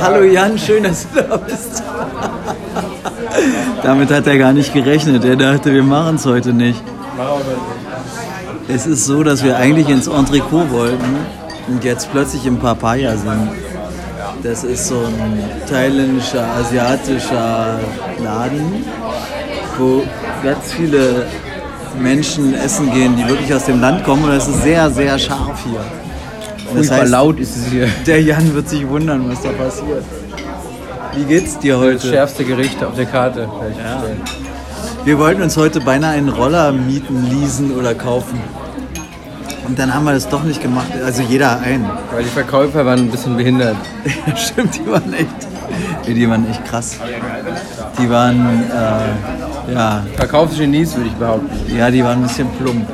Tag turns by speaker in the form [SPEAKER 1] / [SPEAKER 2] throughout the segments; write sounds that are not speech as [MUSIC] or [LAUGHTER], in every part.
[SPEAKER 1] Hallo Jan, schön, dass du da bist. [LAUGHS] Damit hat er gar nicht gerechnet. Er dachte, wir machen es heute nicht. Es ist so, dass wir eigentlich ins Entrecot wollten und jetzt plötzlich im Papaya sind. Das ist so ein thailändischer, asiatischer Laden, wo ganz viele Menschen essen gehen, die wirklich aus dem Land kommen. Und es ist sehr, sehr scharf hier. Und das
[SPEAKER 2] Furchtbar
[SPEAKER 1] heißt,
[SPEAKER 2] laut ist es hier.
[SPEAKER 1] der Jan wird sich wundern, was da passiert. Wie geht's dir
[SPEAKER 2] Das
[SPEAKER 1] heute?
[SPEAKER 2] schärfste Gericht auf der Karte. Ja.
[SPEAKER 1] Wir wollten uns heute beinahe einen Roller mieten, leasen oder kaufen. Und dann haben wir das doch nicht gemacht. Also jeder einen. [LAUGHS]
[SPEAKER 2] Weil die Verkäufer waren ein bisschen behindert.
[SPEAKER 1] Stimmt, die waren echt. Die waren echt krass. Die waren, äh, ja,
[SPEAKER 2] Verkaufsgenies, würde ich behaupten.
[SPEAKER 1] ja, die waren ein bisschen plump.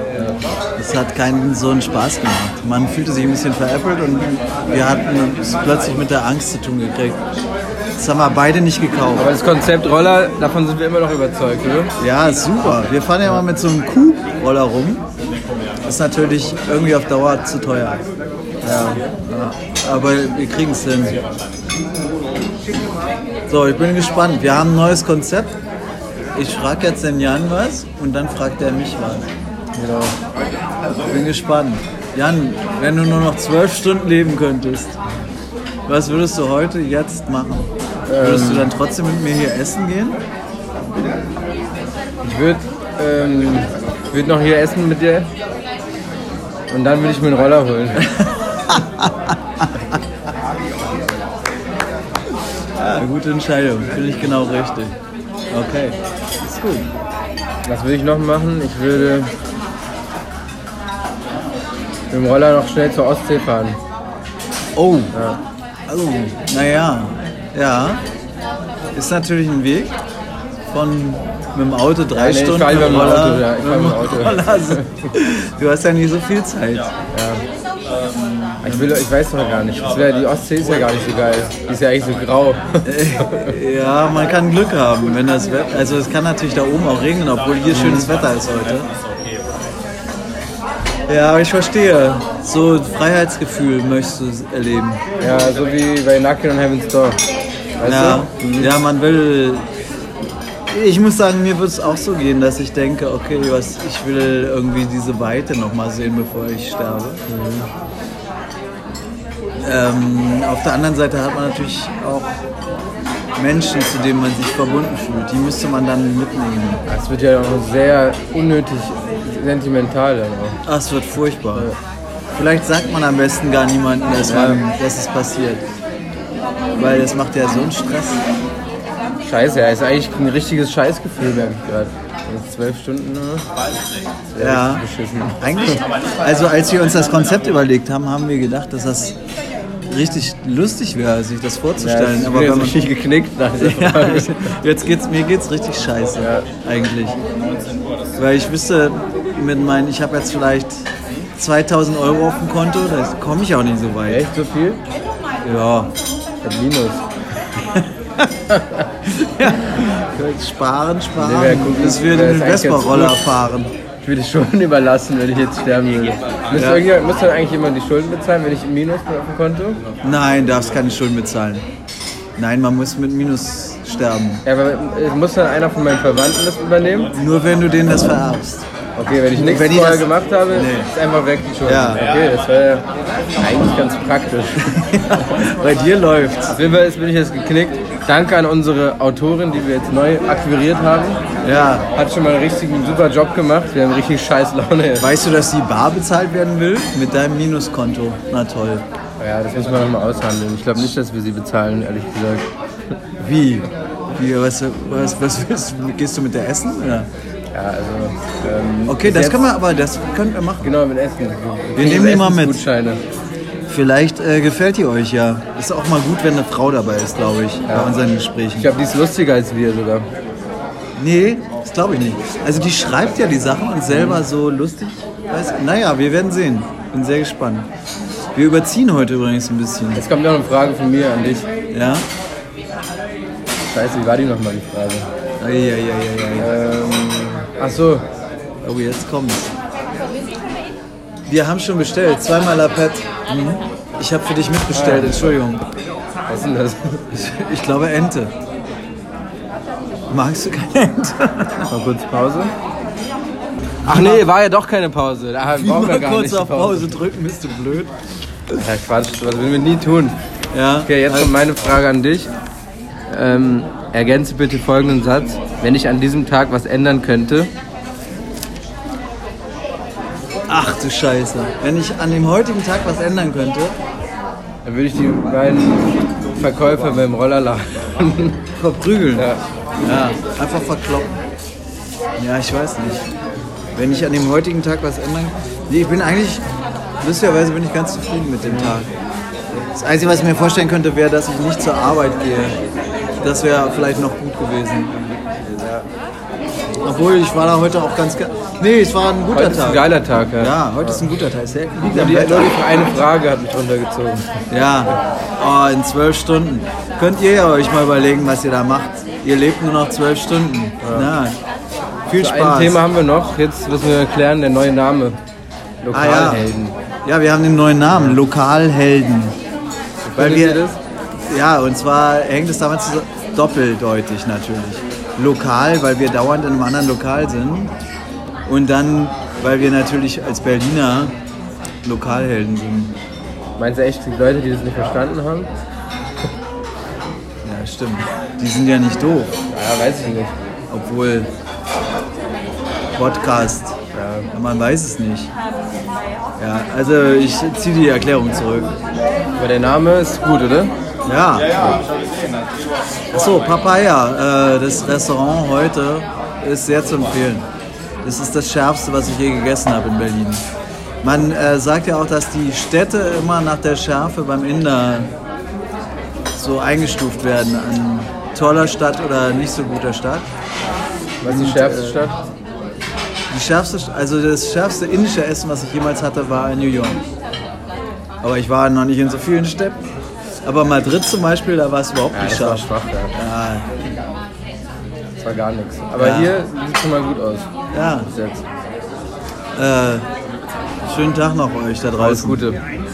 [SPEAKER 1] Es hat keinen so einen Spaß gemacht. Man fühlte sich ein bisschen veräppelt und wir hatten es plötzlich mit der Angst zu tun gekriegt. Das haben wir beide nicht gekauft.
[SPEAKER 2] Aber das Konzept Roller, davon sind wir immer noch überzeugt, oder?
[SPEAKER 1] Ja, ist super. Wir fahren ja mal mit so einem Kuhroller rum. Ist natürlich irgendwie auf Dauer zu teuer. Ja, ja. aber wir kriegen es hin. So, ich bin gespannt. Wir haben ein neues Konzept. Ich frage jetzt den Jan was und dann fragt er mich was.
[SPEAKER 2] Genau.
[SPEAKER 1] Ich bin gespannt. Jan, wenn du nur noch zwölf Stunden leben könntest, was würdest du heute jetzt machen? Würdest du dann trotzdem mit mir hier essen gehen?
[SPEAKER 2] Ich würde ähm, ich würd noch hier essen mit dir. Und dann würde ich mir einen Roller holen.
[SPEAKER 1] Ja, gute Entscheidung. Finde ich genau richtig. Okay. Ist gut.
[SPEAKER 2] Was würde ich noch machen? Ich würde mit dem Roller noch schnell zur Ostsee fahren.
[SPEAKER 1] Oh. Also, naja. Ja. Ist natürlich ein Weg von mit dem Auto drei
[SPEAKER 2] Ja, nee, ich
[SPEAKER 1] Stunden.
[SPEAKER 2] fahr lieber mit dem
[SPEAKER 1] Roller-
[SPEAKER 2] Auto, ja, ich fahr mit dem Auto.
[SPEAKER 1] Roller sind- Du hast ja nie so viel Zeit.
[SPEAKER 2] Ich, will, ich weiß noch gar nicht. Das wär, die Ostsee ist ja gar nicht so geil. Die ist ja eigentlich so [LAUGHS] grau.
[SPEAKER 1] Ja, man kann Glück haben, wenn das Wetter. Also es kann natürlich da oben auch regnen, obwohl hier schönes
[SPEAKER 2] Mhm.
[SPEAKER 1] Wetter ist heute. Ja, aber ich verstehe. So ein Freiheitsgefühl möchtest du erleben.
[SPEAKER 2] Ja, so wie bei Nacken und Heaven's Door. Weißt
[SPEAKER 1] Ja,
[SPEAKER 2] du?
[SPEAKER 1] ja, man will. Ich muss sagen, mir wird es auch so gehen, dass ich denke, okay, was, ich will irgendwie diese Weite nochmal sehen, bevor ich sterbe. Ähm, auf der anderen Seite hat man natürlich auch Menschen, zu denen man sich verbunden fühlt. Die müsste man dann mitnehmen.
[SPEAKER 2] Es wird ja auch sehr unnötig sentimental dann auch.
[SPEAKER 1] Ach, Ah, es wird furchtbar. Vielleicht sagt man am besten gar niemandem, dass, man, dass es passiert. Weil das macht ja so einen Stress.
[SPEAKER 2] Scheiße, ja, ist eigentlich ein richtiges Scheißgefühl, merke ich gerade. Jetzt zwölf Stunden nur. noch. Das wär
[SPEAKER 1] Ja.
[SPEAKER 2] richtig Beschissen.
[SPEAKER 1] Eigentlich, also als wir uns das Konzept überlegt haben, haben wir gedacht, dass das richtig lustig wäre, sich das
[SPEAKER 2] Ja,
[SPEAKER 1] vorzustellen.
[SPEAKER 2] ich
[SPEAKER 1] Aber
[SPEAKER 2] bin jetzt
[SPEAKER 1] wenn man,
[SPEAKER 2] richtig geknickt nach dieser
[SPEAKER 1] [LAUGHS] ja,
[SPEAKER 2] Frage.
[SPEAKER 1] jetzt geht's mir geht's richtig scheiße eigentlich, weil ich wüsste mit meinen, ich habe jetzt vielleicht 2000 Euro auf dem Konto, da komme ich auch nicht so weit.
[SPEAKER 2] Echt so viel?
[SPEAKER 1] Ja,
[SPEAKER 2] Ich hab Minus.
[SPEAKER 1] sparen, sparen,
[SPEAKER 2] Nee, wir gucken,
[SPEAKER 1] bis wir
[SPEAKER 2] wer
[SPEAKER 1] den
[SPEAKER 2] ist eigentlich jetzt
[SPEAKER 1] Vespa-Roller
[SPEAKER 2] gut?
[SPEAKER 1] fahren.
[SPEAKER 2] Ich würde es schon [LAUGHS] überlassen, wenn ich jetzt sterben würde. Müsste,
[SPEAKER 1] Ja.
[SPEAKER 2] irgendjemand- müsste dann eigentlich jemand die Schulden bezahlen, wenn ich im Minus bin auf dem Konto?
[SPEAKER 1] Nein, darfst keine Schulden bezahlen. Nein, man muss mit Minus sterben.
[SPEAKER 2] Ja, aber äh, muss dann einer von meinen Verwandten das übernehmen?
[SPEAKER 1] Nur wenn du denen das vererbst.
[SPEAKER 2] Okay, wenn ich nichts
[SPEAKER 1] Wenn die
[SPEAKER 2] vorher
[SPEAKER 1] das-
[SPEAKER 2] gemacht habe,
[SPEAKER 1] Nee.
[SPEAKER 2] ist einfach weg die Schulden.
[SPEAKER 1] Ja.
[SPEAKER 2] Okay, das wäre ja eigentlich ganz
[SPEAKER 1] [LAUGHS]
[SPEAKER 2] praktisch.
[SPEAKER 1] Bei dir läuft's.
[SPEAKER 2] Auf jeden Fall ist- bin ich jetzt geknickt. Danke an unsere Autorin, die wir jetzt neu akquiriert haben.
[SPEAKER 1] Ja.
[SPEAKER 2] Hat schon mal einen richtigen super Job gemacht. Wir haben richtig scheiß Laune jetzt.
[SPEAKER 1] Weißt du, dass die Bar bezahlt werden will? Mit deinem Minuskonto. Na toll.
[SPEAKER 2] Ja, das müssen wir nochmal aushandeln. Ich glaube nicht, dass wir sie bezahlen, ehrlich gesagt.
[SPEAKER 1] Wie? Wie was, was, was willst du? Gehst du mit der Essen? Oder?
[SPEAKER 2] Ja, also. Ähm,
[SPEAKER 1] Okay,
[SPEAKER 2] bis
[SPEAKER 1] das
[SPEAKER 2] jetzt-
[SPEAKER 1] können wir aber, das können wir machen.
[SPEAKER 2] Genau, mit Essen.
[SPEAKER 1] Wir nehmen die mal mit.
[SPEAKER 2] Gutscheine.
[SPEAKER 1] Vielleicht äh, gefällt die euch ja. Ist auch mal gut, wenn eine Frau dabei ist, glaube ich, bei unseren Gesprächen.
[SPEAKER 2] Ich glaube, die ist lustiger als wir sogar.
[SPEAKER 1] Nee, das glaube ich nicht. Also die schreibt ja die Sachen und selber so lustig. Weiß, naja, wir werden sehen. Bin sehr gespannt. Wir überziehen heute übrigens ein bisschen.
[SPEAKER 2] Jetzt kommt noch eine Frage von mir an dich.
[SPEAKER 1] Ja?
[SPEAKER 2] Scheiße, wie war die nochmal, die Frage?
[SPEAKER 1] Eieieiei.
[SPEAKER 2] Ähm, ach so,
[SPEAKER 1] Oh, jetzt kommt's. Mhm. Wir haben schon bestellt, zweimal Lapett. Ich habe für dich mitbestellt, Entschuldigung.
[SPEAKER 2] Was ist denn das?
[SPEAKER 1] Ich glaube Ente. Magst du keine Ente?
[SPEAKER 2] Mal kurz Pause. Ach nee, war ja doch keine Pause. Da brauchen wir
[SPEAKER 1] Mal
[SPEAKER 2] gar
[SPEAKER 1] kurz
[SPEAKER 2] nicht
[SPEAKER 1] auf
[SPEAKER 2] die
[SPEAKER 1] Pause drücken, bist du blöd.
[SPEAKER 2] Ja, Quatsch, das würden wir nie tun.
[SPEAKER 1] Ja.
[SPEAKER 2] Okay, jetzt
[SPEAKER 1] also-
[SPEAKER 2] kommt meine Frage an dich. Ähm, ergänze bitte folgenden Satz. Wenn ich an diesem Tag was ändern könnte,
[SPEAKER 1] Ach du Scheiße. Wenn ich an dem heutigen Tag was ändern könnte,
[SPEAKER 2] dann würde ich die beiden Verkäufer beim Rollerladen.
[SPEAKER 1] verprügeln.
[SPEAKER 2] Ja.
[SPEAKER 1] Ja, einfach verkloppen. Ja, ich weiß nicht. Wenn ich an dem heutigen Tag was ändern Nee, ich bin eigentlich, lustigerweise bin ich ganz zufrieden mit dem Tag. Das Einzige, was ich mir vorstellen könnte, wäre, dass ich nicht zur Arbeit gehe. Das wäre vielleicht noch gut gewesen. Obwohl, ich war da heute auch ganz... ge- Nee, es war ein guter
[SPEAKER 2] Heute ist ein
[SPEAKER 1] Tag.
[SPEAKER 2] geiler Tag, ja.
[SPEAKER 1] ja, heute ist ein guter Tag. Sehr
[SPEAKER 2] Nur die, nur die eine Frage hat mich runtergezogen.
[SPEAKER 1] Ja, oh, in zwölf Stunden. Könnt ihr ja euch mal überlegen, was ihr da macht. Ihr lebt nur noch zwölf Stunden. Na, viel
[SPEAKER 2] So,
[SPEAKER 1] Spaß.
[SPEAKER 2] Ein Thema haben wir noch, jetzt müssen wir erklären, der neue Name.
[SPEAKER 1] ah, ja.
[SPEAKER 2] Lokalhelden.
[SPEAKER 1] ja, wir haben den neuen Namen, Lokalhelden. Weil
[SPEAKER 2] Findet
[SPEAKER 1] wir,
[SPEAKER 2] ihr das?
[SPEAKER 1] Ja, und zwar hängt es damit zusammen, doppeldeutig natürlich. Lokal, weil wir dauernd in einem anderen Lokal sind. Und dann, weil wir natürlich als Berliner Lokalhelden sind.
[SPEAKER 2] Meinst du echt, es gibt Leute, die das nicht verstanden haben?
[SPEAKER 1] Ja, stimmt. Die sind ja nicht doof.
[SPEAKER 2] Ja, weiß ich nicht.
[SPEAKER 1] Obwohl Podcast. Ja. Man weiß es nicht. Ja, also ich ziehe die Erklärung zurück.
[SPEAKER 2] Aber der Name ist gut, oder?
[SPEAKER 1] Ja. Achso, Papaya, äh, das Restaurant heute ist sehr zu empfehlen. Das ist das Schärfste, was ich je gegessen habe in Berlin. Man äh, sagt ja auch, dass die Städte immer nach der Schärfe beim Inder so eingestuft werden an toller Stadt oder nicht so guter Stadt.
[SPEAKER 2] Was ist die schärfste Stadt?
[SPEAKER 1] Die schärfste, also das schärfste indische Essen, was ich jemals hatte, war in New York. Aber ich war noch nicht in so vielen Städten. Aber Madrid zum Beispiel, da war es überhaupt
[SPEAKER 2] Ja,
[SPEAKER 1] nicht
[SPEAKER 2] das war
[SPEAKER 1] scharf.
[SPEAKER 2] schwach, ja.
[SPEAKER 1] Ja,
[SPEAKER 2] Das war gar nichts. Aber
[SPEAKER 1] Ja.
[SPEAKER 2] hier sieht schon mal gut aus.
[SPEAKER 1] ja.
[SPEAKER 2] Bis jetzt.
[SPEAKER 1] Äh, schönen Tag noch euch da
[SPEAKER 2] Alles
[SPEAKER 1] draußen.
[SPEAKER 2] Gute.